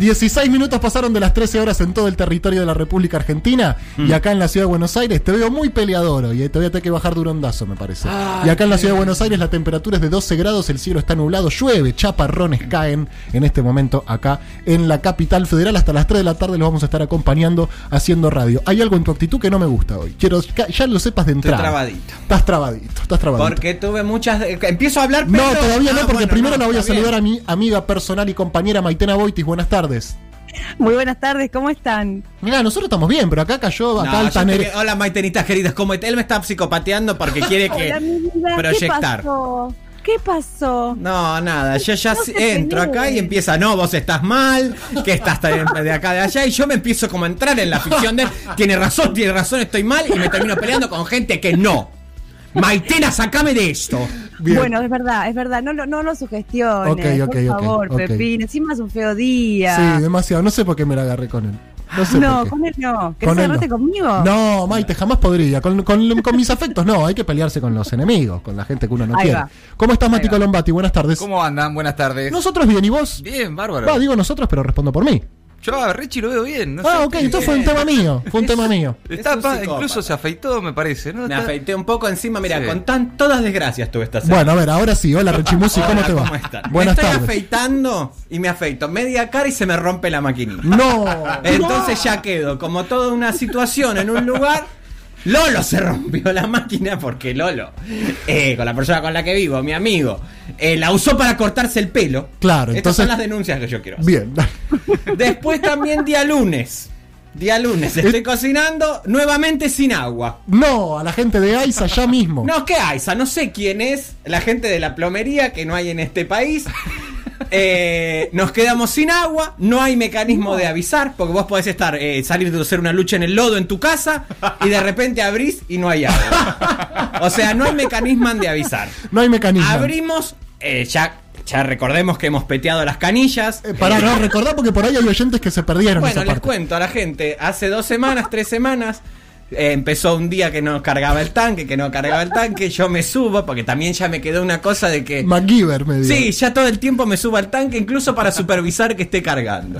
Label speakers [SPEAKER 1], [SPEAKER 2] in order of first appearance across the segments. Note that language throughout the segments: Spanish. [SPEAKER 1] 16 minutos pasaron de las 13 horas en todo el territorio de la República Argentina
[SPEAKER 2] Mm.
[SPEAKER 1] y acá en la ciudad de Buenos Aires te veo muy peleador hoy, eh, te voy a tener que bajar de un ondazo me parece. y acá en la ciudad de Buenos Aires la temperatura es de 12 grados, el cielo está nublado, llueve, chaparrones caen en este momento acá en la capital federal. Hasta las 3 de la tarde los vamos a estar acompañando haciendo radio. Hay algo en tu actitud que no me gusta hoy, quiero que ya lo sepas de entrada.
[SPEAKER 2] trabadito.
[SPEAKER 1] Estás trabadito, estás trabadito.
[SPEAKER 2] Porque tuve muchas. eh, Empiezo a hablar,
[SPEAKER 1] No,
[SPEAKER 2] pero-
[SPEAKER 1] todavía no,
[SPEAKER 2] Ah,
[SPEAKER 1] porque
[SPEAKER 2] bueno,
[SPEAKER 1] primero
[SPEAKER 2] no,
[SPEAKER 1] la voy a
[SPEAKER 2] está bien.
[SPEAKER 1] saludar a mi amiga personal y compañera Maitena Boitis. Buenas tardes.
[SPEAKER 3] Muy buenas tardes, ¿cómo están?
[SPEAKER 1] Mira, nosotros estamos bien, pero acá cayó,
[SPEAKER 2] No,
[SPEAKER 1] acá
[SPEAKER 2] yo
[SPEAKER 1] Altanero.
[SPEAKER 2] te- Hola, maitenitas queridas. Como él me está psicopateando porque quiere
[SPEAKER 3] Hola, mi
[SPEAKER 2] que
[SPEAKER 3] vida,
[SPEAKER 2] proyectar.
[SPEAKER 3] ¿Qué pasó? ¿Qué pasó?
[SPEAKER 2] No, nada, yo ya
[SPEAKER 3] No se
[SPEAKER 2] entro
[SPEAKER 3] peleen.
[SPEAKER 2] acá y empieza, no, vos estás mal, que estás tan- de acá de allá, y yo me empiezo como a entrar en la ficción de, tiene razón, tiene razón, estoy mal, y me termino peleando con gente que no. Maitena, sacame de esto.
[SPEAKER 1] Bien.
[SPEAKER 3] Bueno, es verdad, es verdad, no, lo- no lo sugestiones,
[SPEAKER 1] Ok, ok,
[SPEAKER 3] por
[SPEAKER 1] ok,
[SPEAKER 3] favor,
[SPEAKER 1] ok.
[SPEAKER 3] Pepín, encima es un feo día.
[SPEAKER 1] Sí, demasiado. No sé por qué me la agarré con él. No sé
[SPEAKER 3] no,
[SPEAKER 1] por qué.
[SPEAKER 3] con él no.
[SPEAKER 1] Con
[SPEAKER 3] ¿Querés
[SPEAKER 1] él
[SPEAKER 3] agarrarte
[SPEAKER 1] no.
[SPEAKER 3] conmigo?
[SPEAKER 1] No, Maite, jamás podría. Con, con- con mis afectos no, hay que pelearse con los enemigos, con la gente que uno no
[SPEAKER 3] Ahí
[SPEAKER 1] quiere.
[SPEAKER 3] va.
[SPEAKER 1] ¿Cómo estás, Mati
[SPEAKER 4] va.
[SPEAKER 1] Colombati? Buenas tardes.
[SPEAKER 4] ¿Cómo andan? Buenas tardes.
[SPEAKER 1] Nosotros bien, ¿y vos?
[SPEAKER 4] Bien, bárbaro.
[SPEAKER 1] Va, digo nosotros, pero respondo por mí.
[SPEAKER 4] Yo a Richie lo veo bien. No
[SPEAKER 1] ah,
[SPEAKER 4] sé,
[SPEAKER 1] ok,
[SPEAKER 4] estoy
[SPEAKER 1] esto fue un
[SPEAKER 4] bien.
[SPEAKER 1] tema mío. Fue un tema mío.
[SPEAKER 4] Está
[SPEAKER 2] Es un
[SPEAKER 4] pa-
[SPEAKER 2] psicópata.
[SPEAKER 4] incluso se afeitó, me parece. ¿no?
[SPEAKER 2] Me
[SPEAKER 4] Está-
[SPEAKER 2] afeité un poco encima, mira,
[SPEAKER 4] Sí.
[SPEAKER 2] con tan todas desgracias tuve esta semana.
[SPEAKER 1] Bueno, a ver, ahora sí. Hola, Rechimusi, ¿cómo
[SPEAKER 2] Hola,
[SPEAKER 1] te va?
[SPEAKER 2] ¿cómo están?
[SPEAKER 1] Buenas
[SPEAKER 2] me estoy
[SPEAKER 1] tardes.
[SPEAKER 2] afeitando y me afeito media cara y se me rompe la maquinita.
[SPEAKER 1] No.
[SPEAKER 2] Entonces ya quedo como toda una situación en un lugar. Lolo se rompió la máquina porque Lolo, eh, con la persona con la que vivo, mi amigo, eh, la usó para cortarse el pelo.
[SPEAKER 1] Claro,
[SPEAKER 2] Estas
[SPEAKER 1] entonces-
[SPEAKER 2] son las denuncias que yo quiero. hacer.
[SPEAKER 1] Bien.
[SPEAKER 2] Después también día lunes. Día lunes, estoy cocinando nuevamente sin agua.
[SPEAKER 1] No, a la gente de AISA ya mismo.
[SPEAKER 2] No, ¿qué hay? Sa? No sé quién es la gente de la plomería que no hay en este país. Eh, nos quedamos sin agua, no hay mecanismo de avisar, porque vos podés estar, eh, salir de hacer una lucha en el lodo en tu casa y de repente abrís y no hay agua. O sea, no hay mecanismo de avisar.
[SPEAKER 1] No hay mecanismo.
[SPEAKER 2] Abrimos, eh, ya, ya recordemos que hemos peteado las canillas.
[SPEAKER 1] Eh, pará, no, recordá porque por ahí hay oyentes que se perdieron
[SPEAKER 2] Bueno,
[SPEAKER 1] esa
[SPEAKER 2] les
[SPEAKER 1] parte.
[SPEAKER 2] cuento a la gente, hace dos semanas, tres semanas, eh, empezó un día que no cargaba el tanque, que no cargaba el tanque, yo me subo, porque también ya me quedó una cosa de que...
[SPEAKER 1] MacGyver me dijo.
[SPEAKER 2] Sí, ya todo el tiempo me subo al tanque, incluso para supervisar que esté cargando.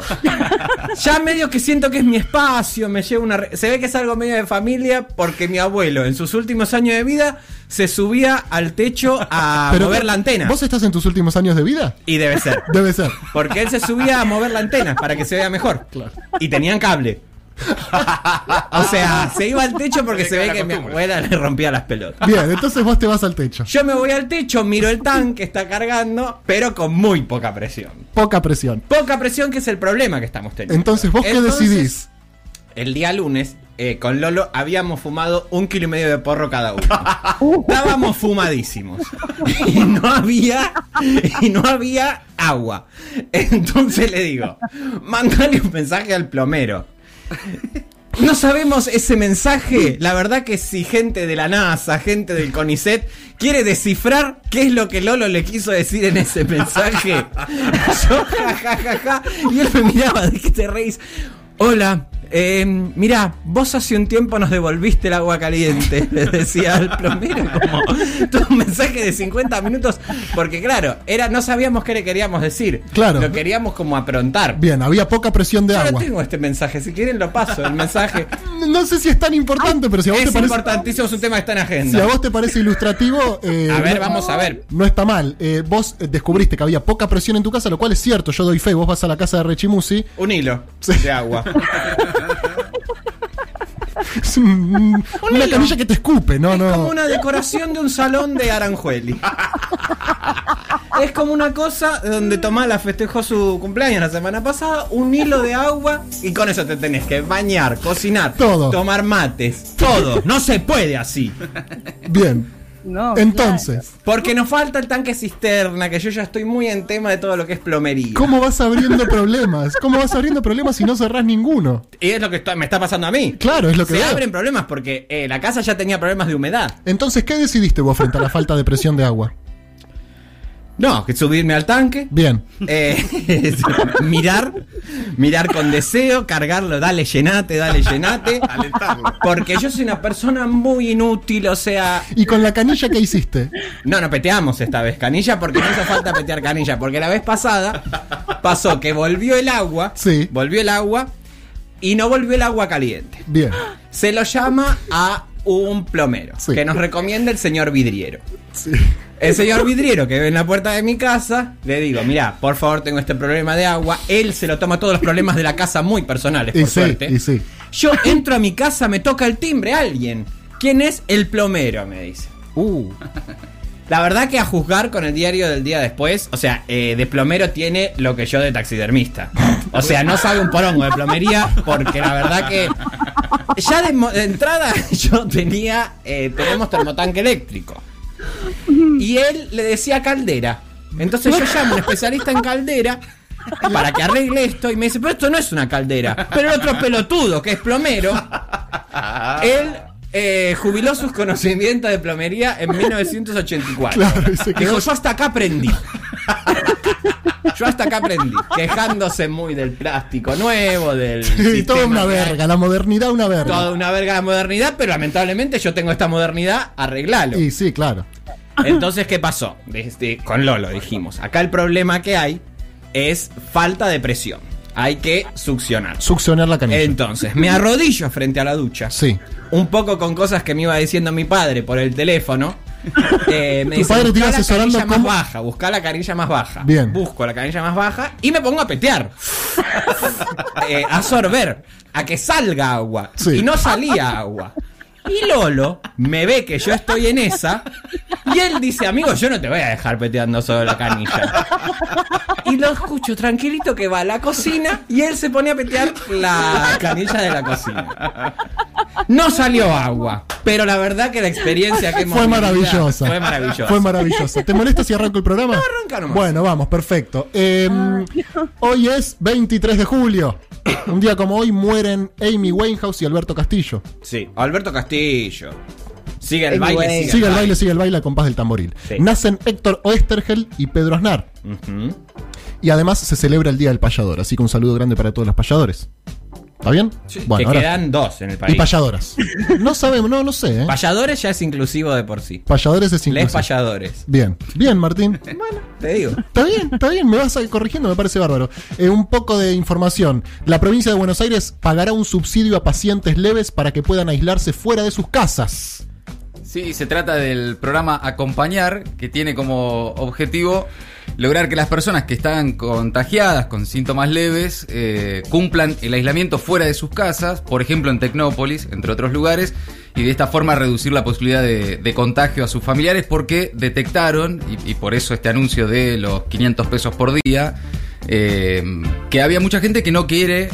[SPEAKER 2] Ya medio que siento que es mi espacio, me llevo una... re- Se ve que es algo medio de familia, porque mi abuelo en sus últimos años de vida se subía al techo a mover la antena.
[SPEAKER 1] ¿Vos estás en tus últimos años de vida?
[SPEAKER 2] Y debe ser.
[SPEAKER 1] Debe ser.
[SPEAKER 2] Porque él se subía a mover la antena para que se vea mejor. Y tenían cable. O sea, se iba al techo porque
[SPEAKER 4] Tiene
[SPEAKER 2] se
[SPEAKER 4] que
[SPEAKER 2] ve
[SPEAKER 4] la
[SPEAKER 2] que mi
[SPEAKER 4] costumbre.
[SPEAKER 2] abuela le rompía las pelotas.
[SPEAKER 1] Bien, entonces vos te vas al techo.
[SPEAKER 2] Yo me voy al techo, miro el tanque, está cargando, pero con muy poca presión.
[SPEAKER 1] Poca presión.
[SPEAKER 2] Poca presión que es el problema que estamos teniendo.
[SPEAKER 1] Entonces, ¿vos qué
[SPEAKER 2] Entonces,
[SPEAKER 1] decidís?
[SPEAKER 2] El día lunes, eh, con Lolo, habíamos fumado un kilo y medio de porro cada uno. Estábamos fumadísimos. Y no había, y no había agua. Entonces le digo, mandale un mensaje al plomero. No sabemos ese mensaje. La verdad que si gente de la NASA, gente del CONICET, quiere descifrar qué es lo que Lolo le quiso decir en ese mensaje. Yo, ja, ja, ja, ja, y él me miraba, ¿de qué te reís? Hola, eh, mirá, vos hace un tiempo nos devolviste el agua caliente, le decía al plomero, como todo un mensaje de 50 minutos, porque claro, era no sabíamos qué le queríamos decir.
[SPEAKER 1] Claro.
[SPEAKER 2] Lo queríamos como aprontar.
[SPEAKER 1] Bien, había poca presión de
[SPEAKER 2] Yo no
[SPEAKER 1] agua.
[SPEAKER 2] tengo este mensaje, si quieren lo paso, el mensaje.
[SPEAKER 1] No sé si es tan importante, pero si a vos
[SPEAKER 2] Es
[SPEAKER 1] te parece.
[SPEAKER 2] importantísimo, es un tema que está en
[SPEAKER 1] Si
[SPEAKER 2] agenda.
[SPEAKER 1] a vos te parece ilustrativo, eh,
[SPEAKER 2] A ver,
[SPEAKER 1] no-
[SPEAKER 2] vamos a ver.
[SPEAKER 1] No está mal. Eh, vos eh, descubriste que había poca presión en tu casa, lo cual es cierto. Yo doy fe. Vos vas a la casa de Rechimusi.
[SPEAKER 2] Un hilo de agua.
[SPEAKER 1] Es un- una
[SPEAKER 2] hilo.
[SPEAKER 1] camilla que te escupe, no,
[SPEAKER 2] es
[SPEAKER 1] no.
[SPEAKER 2] como una decoración de un salón de Aranjueli. es como una cosa donde Tomala festejó su cumpleaños la semana pasada, un hilo de agua y con eso te tenés que bañar, cocinar,
[SPEAKER 1] Todo.
[SPEAKER 2] tomar mates, todo. No se puede así.
[SPEAKER 1] Bien.
[SPEAKER 3] No,
[SPEAKER 1] Entonces,
[SPEAKER 2] Porque nos falta el tanque cisterna, que yo ya estoy muy en tema de todo lo que es plomería.
[SPEAKER 1] ¿cómo vas abriendo problemas? ¿Cómo vas abriendo problemas si no cerrás ninguno?
[SPEAKER 2] Y es lo que está- me está pasando a mí.
[SPEAKER 1] Claro, es lo que
[SPEAKER 2] Se
[SPEAKER 1] veo.
[SPEAKER 2] abren problemas porque eh, la casa ya tenía problemas de humedad.
[SPEAKER 1] Entonces, ¿qué decidiste vos frente a la falta de presión de agua?
[SPEAKER 2] No, que subirme al tanque.
[SPEAKER 1] Bien.
[SPEAKER 2] Eh, es mirar, mirar con deseo, cargarlo, dale, llenate, dale, llenate.
[SPEAKER 5] Alentarlo.
[SPEAKER 2] Porque yo soy una persona muy inútil, o sea.
[SPEAKER 1] ¿Y con la canilla que hiciste?
[SPEAKER 2] No, no peteamos esta vez canilla porque no hizo falta petear canilla. Porque la vez pasada pasó que volvió el agua,
[SPEAKER 1] Sí.
[SPEAKER 2] volvió el agua y no volvió el agua caliente.
[SPEAKER 1] Bien.
[SPEAKER 2] Se lo llama a un plomero
[SPEAKER 1] Sí.
[SPEAKER 2] que nos recomienda el señor vidriero.
[SPEAKER 1] Sí.
[SPEAKER 2] El señor vidriero que ve en la puerta de mi casa, le digo, mira, por favor tengo este problema de agua. Él se lo toma todos los problemas de la casa muy personales, por
[SPEAKER 1] Y sí,
[SPEAKER 2] suerte.
[SPEAKER 1] y sí.
[SPEAKER 2] Yo entro a mi casa, me toca el timbre alguien. ¿Quién es? El plomero, me dice. Uh. La verdad que a juzgar con el diario del día después, o sea, eh, de plomero tiene lo que yo de taxidermista. O sea, no sabe un porongo de plomería porque la verdad que ya de, mo- de entrada yo tenía, eh, tenemos termotanque eléctrico. Y él le decía caldera. Entonces yo llamo a un especialista en caldera para que arregle esto y me dice, pero esto no es una caldera. Pero el otro pelotudo, que es plomero, él eh, jubiló sus conocimientos de plomería en 1984.
[SPEAKER 1] Claro, y se quedó-
[SPEAKER 2] Dijo, yo hasta acá aprendí. Yo hasta acá aprendí, quejándose muy del plástico nuevo, del...
[SPEAKER 1] Y
[SPEAKER 2] sistema
[SPEAKER 1] todo una
[SPEAKER 2] que hay.
[SPEAKER 1] verga, la modernidad una
[SPEAKER 2] Toda
[SPEAKER 1] verga.
[SPEAKER 2] una verga la modernidad, pero lamentablemente yo tengo esta modernidad, arreglalo.
[SPEAKER 1] Y sí, claro.
[SPEAKER 2] Entonces, ¿qué pasó? Desde- con Lolo dijimos, acá el problema que hay es falta de presión. Hay que succionar.
[SPEAKER 1] Succionar la canilla.
[SPEAKER 2] Entonces, me arrodillo frente a la ducha.
[SPEAKER 1] Sí.
[SPEAKER 2] Un poco con cosas que me iba diciendo mi padre por el teléfono. Eh, me
[SPEAKER 1] Tu
[SPEAKER 2] dice,
[SPEAKER 1] padre te
[SPEAKER 2] "Buscá
[SPEAKER 1] iba
[SPEAKER 2] la
[SPEAKER 1] asesorando
[SPEAKER 2] canilla más
[SPEAKER 1] cómo-
[SPEAKER 2] baja, busca la canilla más baja.
[SPEAKER 1] Bien.
[SPEAKER 2] Busco la canilla más baja y me pongo a petear. Eh, a sorber, a que salga agua.
[SPEAKER 1] Sí.
[SPEAKER 2] Y no salía agua. Y Lolo me ve que yo estoy en esa y él dice, amigo, yo no te voy a dejar peteando solo la canilla. Y lo escucho tranquilito que va a la cocina y él se pone a petear la canilla de la cocina. No salió agua, pero la verdad que la experiencia que hemos
[SPEAKER 1] Fue
[SPEAKER 2] vivido
[SPEAKER 1] maravillosa.
[SPEAKER 2] Fue maravillosa.
[SPEAKER 1] Fue maravillosa. ¿Te molesta si arranco el programa? No,
[SPEAKER 2] arranca nomás.
[SPEAKER 1] Bueno, vamos, perfecto. Eh, hoy es 23 de julio. Un día como hoy mueren Amy Winehouse y Alberto Castillo.
[SPEAKER 2] sí, Alberto Castillo. Sigue el
[SPEAKER 3] Anyway.
[SPEAKER 2] baile, sigue,
[SPEAKER 1] Sigue el baile, sigue el baile a compás del tamboril.
[SPEAKER 2] Pues Sí.
[SPEAKER 1] Nacen Héctor Oestergel y Pedro Aznar.
[SPEAKER 2] Ujú.
[SPEAKER 1] Y además se celebra el Día del Payador, así que un saludo grande para todos los payadores. ¿Está bien?
[SPEAKER 2] que
[SPEAKER 1] Bueno, ahora.
[SPEAKER 2] quedan dos en el país.
[SPEAKER 1] Y payadoras. No sabemos, no, no sé, ¿eh?
[SPEAKER 2] Payadores ya es inclusivo de por sí.
[SPEAKER 1] Payadores es
[SPEAKER 2] Les
[SPEAKER 1] incluso.
[SPEAKER 2] payadores.
[SPEAKER 1] Bien, bien, Martín.
[SPEAKER 2] Te digo.
[SPEAKER 1] Está bien, está bien, me vas a ir corrigiendo, me parece bárbaro. Eh, un poco de información. La provincia de Buenos Aires pagará un subsidio a pacientes leves para que puedan aislarse fuera de sus casas.
[SPEAKER 4] Sí, se trata del programa Acompañar, que tiene como objetivo lograr que las personas que están contagiadas con síntomas leves eh, cumplan el aislamiento fuera de sus casas, por ejemplo en Tecnópolis, entre otros lugares, y de esta forma reducir la posibilidad de, de contagio a sus familiares porque detectaron, y, y por eso este anuncio de los 500 pesos por día, eh, que había mucha gente que no quiere,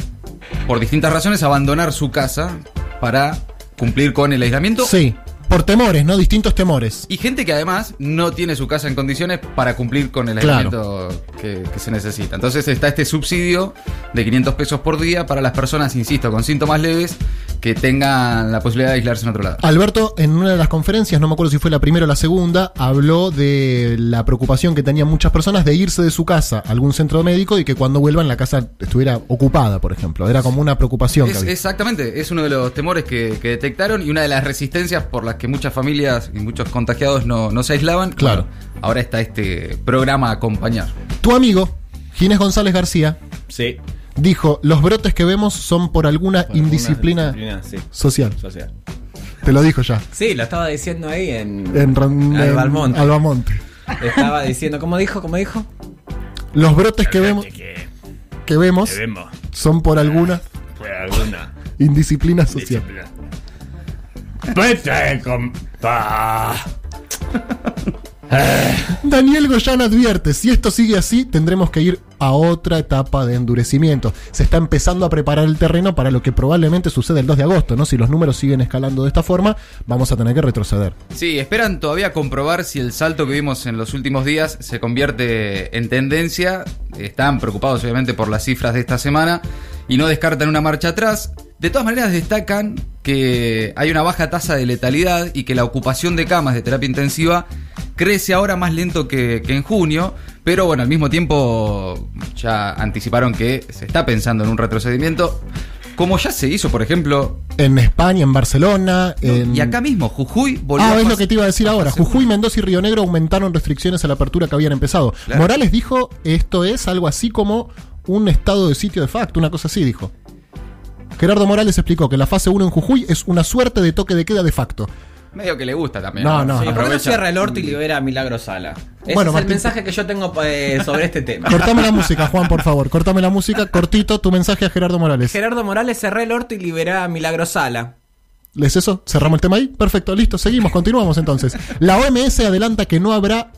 [SPEAKER 4] por distintas razones, abandonar su casa para cumplir con el aislamiento
[SPEAKER 1] Sí, por temores, ¿no? Distintos temores.
[SPEAKER 4] y gente que además no tiene su casa en condiciones para cumplir con el
[SPEAKER 1] Claro.
[SPEAKER 4] aislamiento que, que se necesita. Entonces está este subsidio de 500 pesos por día para las personas, insisto, con síntomas leves que tengan la posibilidad de aislarse en otro lado.
[SPEAKER 1] Alberto, en una de las conferencias, no me acuerdo si fue la primera o la segunda, habló de la preocupación que tenían muchas personas de irse de su casa a algún centro médico y que cuando vuelvan la casa estuviera ocupada, por ejemplo. Era como una preocupación que
[SPEAKER 4] Es-
[SPEAKER 1] había.
[SPEAKER 4] exactamente, es uno de los temores que, que detectaron y una de las resistencias por las que muchas familias y muchos contagiados no, no se aislaban.
[SPEAKER 1] Claro.
[SPEAKER 4] Bueno, ahora está este programa Acompañar.
[SPEAKER 1] Tu amigo, Ginés González García,
[SPEAKER 2] Sí.
[SPEAKER 1] dijo, los brotes que vemos son por alguna indisciplina
[SPEAKER 2] Disciplina, sí.
[SPEAKER 1] social.
[SPEAKER 2] Social.
[SPEAKER 1] Te lo dijo ya.
[SPEAKER 2] Sí, lo estaba diciendo ahí en.
[SPEAKER 1] En, Ran-
[SPEAKER 2] Al
[SPEAKER 1] en
[SPEAKER 2] Valmonte.
[SPEAKER 1] Albamonte.
[SPEAKER 2] Estaba diciendo, ¿cómo dijo? ¿Cómo dijo?
[SPEAKER 1] Los brotes que vemos, que vemos
[SPEAKER 5] Vemos,
[SPEAKER 1] son por alguna
[SPEAKER 5] por alguna
[SPEAKER 1] indisciplina social.
[SPEAKER 5] disciplina. Vete, Pues compa.
[SPEAKER 1] Daniel Goyan advierte, si esto sigue así, tendremos que ir a otra etapa de endurecimiento. Se está empezando a preparar el terreno para lo que probablemente suceda el 2 de agosto, ¿no? Si los números siguen escalando de esta forma, vamos a tener que retroceder.
[SPEAKER 4] Sí, esperan todavía comprobar si el salto que vimos en los últimos días se convierte en tendencia. Están preocupados obviamente por las cifras de esta semana y no descartan una marcha atrás. De todas maneras destacan que hay una baja tasa de letalidad y que la ocupación de camas de terapia intensiva crece ahora más lento que, que en junio, pero bueno, al mismo tiempo ya anticiparon que se está pensando en un retrocedimiento, como ya se hizo, por ejemplo,
[SPEAKER 1] En España, en Barcelona. en-
[SPEAKER 4] y acá mismo, Jujuy volvió
[SPEAKER 1] Em, Ah,
[SPEAKER 4] a
[SPEAKER 1] es lo
[SPEAKER 4] pas-
[SPEAKER 1] que te iba a decir ahora.
[SPEAKER 4] seguro.
[SPEAKER 1] Jujuy, Mendoza y Río Negro aumentaron restricciones a la apertura que habían empezado.
[SPEAKER 4] Claro.
[SPEAKER 1] Morales dijo, esto es algo así como un estado de sitio de facto, una cosa así dijo. Gerardo Morales explicó que la fase 1 en Jujuy es una suerte de toque de queda de facto.
[SPEAKER 4] Medio que le gusta también.
[SPEAKER 1] No, no,
[SPEAKER 2] Sí, ¿por qué no
[SPEAKER 4] Aprovecha. Mm.
[SPEAKER 2] cierra el orto y libera a Milagro Sala? Ese
[SPEAKER 1] Bueno,
[SPEAKER 2] es el
[SPEAKER 1] Martín-
[SPEAKER 2] mensaje que yo tengo eh, sobre este tema.
[SPEAKER 1] Cortame la música, Juan, por favor. Cortame la música. Cortito tu mensaje a Gerardo Morales.
[SPEAKER 2] Gerardo Morales cerró el orto y libera a Milagro Sala.
[SPEAKER 1] ¿Les eso? ¿Cerramos el tema ahí? Perfecto, listo, seguimos, continuamos entonces. La OMS adelanta que no habrá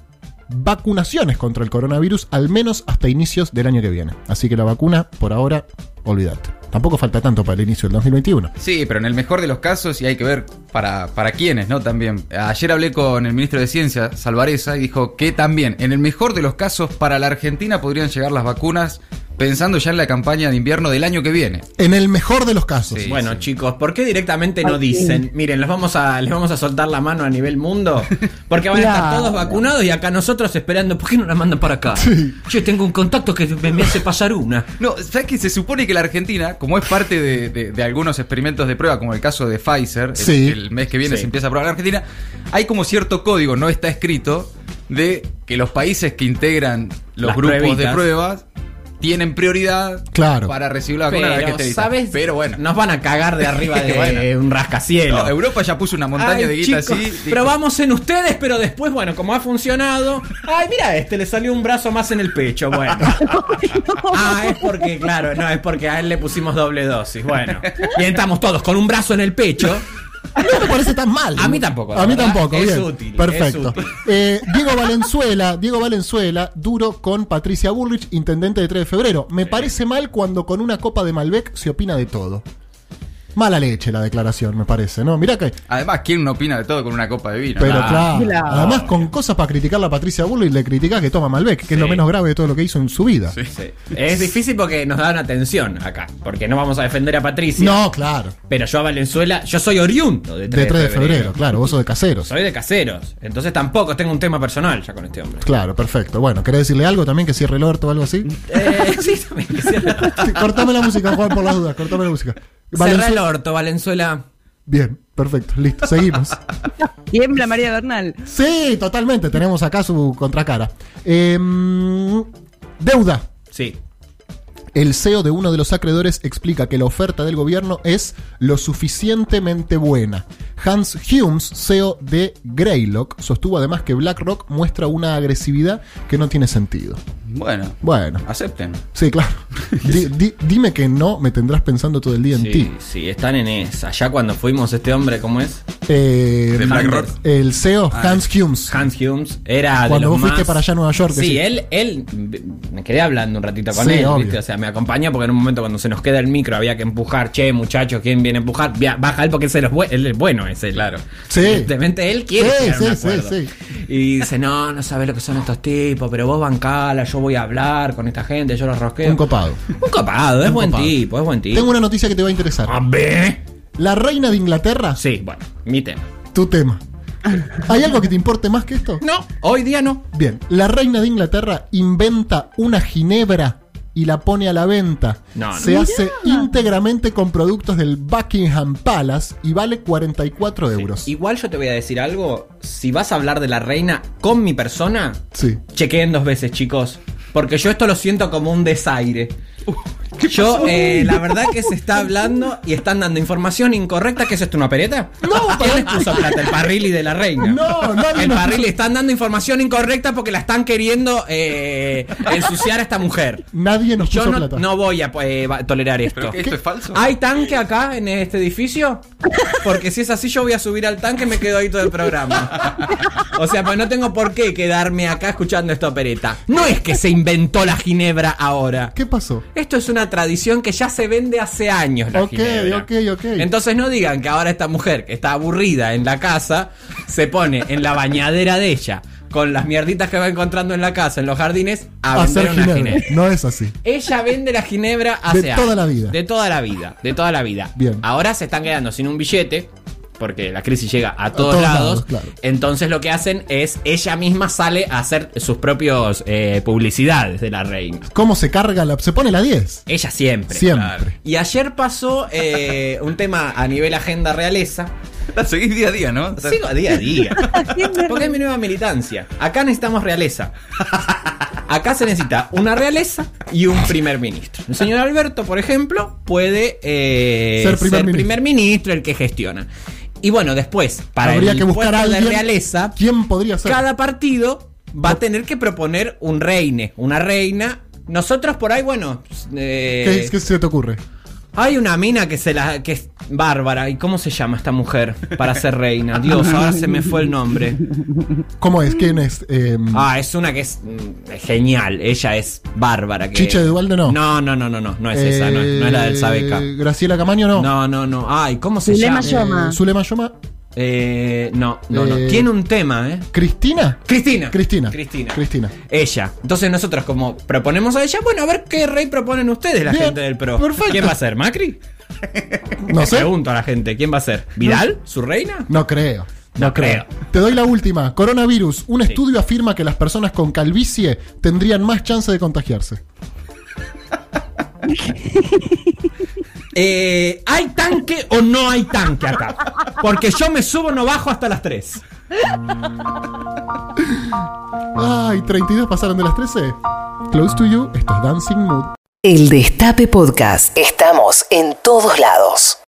[SPEAKER 1] vacunaciones contra el coronavirus, al menos hasta inicios del año que viene. Así que la vacuna, por ahora, olvidate. Tampoco falta tanto para el inicio del 2021.
[SPEAKER 4] Sí, pero en el mejor de los casos, y hay que ver para, para quiénes, ¿no? También. Ayer hablé con el ministro de Ciencia, Salvareza, y dijo que también, en el mejor de los casos, para la Argentina podrían llegar las vacunas pensando ya en la campaña de invierno del año que viene.
[SPEAKER 1] En el mejor de los casos.
[SPEAKER 4] Sí.
[SPEAKER 2] bueno, chicos, ¿por qué directamente no dicen? Miren, los vamos a, les vamos a soltar la mano a nivel mundo. Porque van a estar
[SPEAKER 3] Claro.
[SPEAKER 2] todos vacunados y acá nosotros esperando. ¿Por qué no la mandan para acá? Yo tengo un contacto que me, me hace pasar una.
[SPEAKER 4] No, ¿sabes que Se supone que la Argentina, como es parte de, de- de algunos experimentos de prueba, como el caso de Pfizer, el-
[SPEAKER 1] Sí.
[SPEAKER 4] el, mes que viene
[SPEAKER 2] Sí.
[SPEAKER 4] se empieza a probar en la Argentina, hay como cierto código, no está escrito, de que los países que integran los
[SPEAKER 2] Las
[SPEAKER 4] grupos
[SPEAKER 2] pruebitas.
[SPEAKER 4] de pruebas tienen prioridad
[SPEAKER 1] Claro.
[SPEAKER 4] para recibir la vacuna. a la que te evitan. Pero bueno.
[SPEAKER 2] Nos van a cagar de arriba de
[SPEAKER 4] Bueno.
[SPEAKER 2] un rascacielos.
[SPEAKER 4] No, Europa ya puso una montaña
[SPEAKER 2] Ay,
[SPEAKER 4] de guita
[SPEAKER 2] chicos,
[SPEAKER 4] así. dijo,
[SPEAKER 2] Probamos en ustedes, pero después, bueno, como ha funcionado. Ay, mira este, le salió un brazo más en el pecho. Bueno. Ah, es porque, claro, no, es porque a él le pusimos doble dosis. Bueno. Y estamos todos con un brazo en el pecho.
[SPEAKER 1] A mí no me parece tan mal.
[SPEAKER 2] A mí tampoco, la
[SPEAKER 1] A mí
[SPEAKER 2] verdad,
[SPEAKER 1] tampoco.
[SPEAKER 2] es
[SPEAKER 1] bien.
[SPEAKER 2] útil,
[SPEAKER 1] Perfecto.
[SPEAKER 2] es útil.
[SPEAKER 1] Eh, Diego Valenzuela, Diego Valenzuela, duro con Patricia Bullrich, intendente de 3 de febrero. Me parece mal cuando con una copa de Malbec se opina de todo. Mala leche la declaración, me parece, ¿no? Mirá que.
[SPEAKER 4] Además, ¿quién no opina de todo con una copa de vino? Ah,
[SPEAKER 1] Pero
[SPEAKER 4] Nah.
[SPEAKER 1] claro,
[SPEAKER 3] Claro.
[SPEAKER 1] además con cosas para criticar a Patricia Bullrich le criticas que toma Malbec, que es lo menos grave de todo lo que hizo en su vida.
[SPEAKER 2] Es difícil porque nos dan atención acá. Porque no vamos a defender a Patricia.
[SPEAKER 1] No, claro.
[SPEAKER 2] Pero yo a Valenzuela, yo soy oriundo de 3
[SPEAKER 1] De 3 de febrero, claro, vos sos de caseros.
[SPEAKER 2] Soy de caseros. Entonces tampoco tengo un tema personal ya con este hombre.
[SPEAKER 1] Claro, perfecto. Bueno, ¿querés decirle algo también que cierre el orto o algo así?
[SPEAKER 2] Eh, sí, también quisiera.
[SPEAKER 1] cortame la música, Juan, por las dudas, cortame la música.
[SPEAKER 2] Cerrá el
[SPEAKER 1] Valenzuela-
[SPEAKER 2] orto, Valenzuela.
[SPEAKER 1] Bien, perfecto, listo, seguimos.
[SPEAKER 3] Tiembla María Bernal.
[SPEAKER 1] Sí, totalmente, tenemos acá su contracara. Em, deuda.
[SPEAKER 2] Sí.
[SPEAKER 1] El CEO de uno de los acreedores explica que la oferta del gobierno es lo suficientemente buena. Hans Humes, CEO de Greylock, sostuvo además que BlackRock muestra una agresividad que no tiene sentido.
[SPEAKER 4] Bueno,
[SPEAKER 1] Bueno,
[SPEAKER 4] acepten.
[SPEAKER 1] sí, claro. Di- di- dime que no, me tendrás pensando todo el día en ti.
[SPEAKER 2] Sí, sí, están en esa. Ya cuando fuimos este hombre, ¿cómo es?
[SPEAKER 1] Eh,
[SPEAKER 4] De BlackRock.
[SPEAKER 1] el CEO Hans Humes.
[SPEAKER 2] Ah, Hans Humes era de
[SPEAKER 1] Cuando
[SPEAKER 2] los
[SPEAKER 1] vos fuiste
[SPEAKER 2] más-
[SPEAKER 1] para allá a Nueva York,
[SPEAKER 2] Sí,
[SPEAKER 1] decís.
[SPEAKER 2] él, él me quedé hablando un ratito con
[SPEAKER 1] Sí,
[SPEAKER 2] él,
[SPEAKER 1] obvio.
[SPEAKER 2] ¿viste? O sea, me acompañó porque en un momento cuando se nos queda el micro había que empujar, che, muchachos, ¿quién viene a empujar? Via- Baja él porque ese es los bue- él es bueno, ese, claro.
[SPEAKER 1] Sí.
[SPEAKER 2] Evidentemente él quiere.
[SPEAKER 1] Sí,
[SPEAKER 2] llegar a un
[SPEAKER 1] sí,
[SPEAKER 2] acuerdo.
[SPEAKER 1] sí,
[SPEAKER 2] Y dice, no, no sabes lo que son estos tipos, pero vos bancala, yo voy a hablar con esta gente, yo los rosqueo.
[SPEAKER 1] Un copado.
[SPEAKER 2] Un copado, es
[SPEAKER 1] Un
[SPEAKER 2] buen
[SPEAKER 1] copado.
[SPEAKER 2] tipo, es buen tipo.
[SPEAKER 1] Tengo una noticia que te va a interesar.
[SPEAKER 2] A ver.
[SPEAKER 1] La reina de Inglaterra,
[SPEAKER 2] Sí, bueno, mi tema.
[SPEAKER 1] tu tema. ¿Hay algo que te importe más que esto?
[SPEAKER 2] No, hoy día no.
[SPEAKER 1] Bien, la reina de Inglaterra inventa una ginebra y la pone a la venta.
[SPEAKER 2] No, no.
[SPEAKER 1] Se hace íntegramente con productos del Buckingham Palace y vale 44 euros.
[SPEAKER 2] Igual yo te voy a decir algo. Si vas a hablar de la reina con mi persona,
[SPEAKER 1] Sí.
[SPEAKER 2] chequeen dos veces, chicos. Porque yo esto lo siento como un desaire. Yo, eh, la verdad que se está hablando y están dando información incorrecta. ¿Qué es esto, una pereta? No, ¿Quién les puso plata? El parrili de la reina.
[SPEAKER 1] No, nadie
[SPEAKER 2] El
[SPEAKER 1] nos
[SPEAKER 2] parrili.
[SPEAKER 1] puso-
[SPEAKER 2] Están dando información incorrecta porque la están queriendo eh, ensuciar a esta mujer.
[SPEAKER 1] Nadie nos
[SPEAKER 2] Yo
[SPEAKER 1] puso
[SPEAKER 2] no,
[SPEAKER 1] plata.
[SPEAKER 2] no voy a eh, va- tolerar esto.
[SPEAKER 4] ¿Pero que esto es falso?
[SPEAKER 2] ¿Hay tanque acá en este edificio? Porque si es así, yo voy a subir al tanque y me quedo ahí todo el programa. O sea, pues no tengo por qué quedarme acá escuchando esta opereta. No es que se inventó la ginebra ahora.
[SPEAKER 1] ¿Qué pasó?
[SPEAKER 2] Esto es una tradición que ya se vende hace años. La
[SPEAKER 1] Ok,
[SPEAKER 2] ginebra.
[SPEAKER 1] ok, ok.
[SPEAKER 2] Entonces no digan que ahora esta mujer que está aburrida en la casa se pone en la bañadera de ella con las mierditas que va encontrando en la casa, en los jardines, a
[SPEAKER 1] Hacer
[SPEAKER 2] vender una
[SPEAKER 1] ginebra.
[SPEAKER 2] ginebra.
[SPEAKER 1] No es así.
[SPEAKER 2] Ella vende la ginebra hace
[SPEAKER 1] De toda la vida.
[SPEAKER 2] De toda la vida, de toda la vida.
[SPEAKER 1] Bien.
[SPEAKER 2] Ahora se están quedando sin un billete. porque la crisis llega a todos,
[SPEAKER 1] todos
[SPEAKER 2] lados.
[SPEAKER 1] lados, claro.
[SPEAKER 2] Entonces lo que hacen es ella misma sale a hacer sus propios eh, publicidades de la reina.
[SPEAKER 1] ¿Cómo se carga la.? Se pone la 10.
[SPEAKER 2] Ella siempre.
[SPEAKER 1] Siempre.
[SPEAKER 2] Y ayer pasó eh, un tema a nivel agenda realeza.
[SPEAKER 4] La seguís día a día, ¿no?
[SPEAKER 2] Sigo día a día. Porque es mi nueva militancia. Acá necesitamos realeza. Acá se necesita una realeza y un primer ministro. El señor Alberto, por ejemplo, puede eh,
[SPEAKER 1] Ser primer ministro.
[SPEAKER 2] primer ministro, el que gestiona. Y bueno, después, para
[SPEAKER 1] Habría
[SPEAKER 2] el
[SPEAKER 1] que buscar
[SPEAKER 2] puesto
[SPEAKER 1] a alguien.
[SPEAKER 2] de realeza,
[SPEAKER 1] ¿Quién podría ser?
[SPEAKER 2] cada partido va a tener que proponer un reine, una reina. Nosotros por ahí, bueno, eh,
[SPEAKER 1] ¿Qué, qué se te ocurre?
[SPEAKER 2] hay una mina que se la que es bárbara. ¿Y cómo se llama esta mujer para ser reina? Dios, ahora se me fue el nombre.
[SPEAKER 1] ¿Cómo es? ¿Quién es? Eh,
[SPEAKER 2] Ah, es una que es mm, genial. Ella es bárbara. Que...
[SPEAKER 1] ¿Chicha de Duvalde no?
[SPEAKER 2] No, no, no, no, no. No es esa, no, es- no es la del Sabeca.
[SPEAKER 1] Eh, ¿Graciela Camaño no?
[SPEAKER 2] No, no, no. Ay, ¿cómo se
[SPEAKER 3] Zulema
[SPEAKER 2] llama?
[SPEAKER 3] Yo- Yoma.
[SPEAKER 1] ¿Zulema Yoma?
[SPEAKER 2] Eh, no, no, no.
[SPEAKER 1] Eh,
[SPEAKER 2] Tiene un tema, ¿eh?
[SPEAKER 1] ¿Cristina?
[SPEAKER 2] Cristina.
[SPEAKER 1] Cristina.
[SPEAKER 2] Cristina.
[SPEAKER 1] Cristina.
[SPEAKER 2] Ella. Entonces nosotros como proponemos a ella, bueno, a ver qué rey proponen ustedes, la
[SPEAKER 1] Bien,
[SPEAKER 2] gente del PRO.
[SPEAKER 1] perfecto.
[SPEAKER 2] ¿Quién va a ser? ¿Macri?
[SPEAKER 1] No
[SPEAKER 2] Le
[SPEAKER 1] sé.
[SPEAKER 2] Pregunto a la gente, ¿quién va a ser? ¿Vidal? ¿Su reina?
[SPEAKER 1] No creo.
[SPEAKER 2] No creo.
[SPEAKER 1] Te doy la última. Coronavirus. Un estudio afirma que las personas con calvicie tendrían más chance de contagiarse.
[SPEAKER 2] Eh, ¿Hay tanque o no hay tanque acá? Porque yo me subo, no bajo hasta las 3. Ah.
[SPEAKER 1] Ay, 32 pasaron de las 13. Close to you. Esto es Dancing Mood.
[SPEAKER 6] El Destape Podcast. Estamos en todos lados.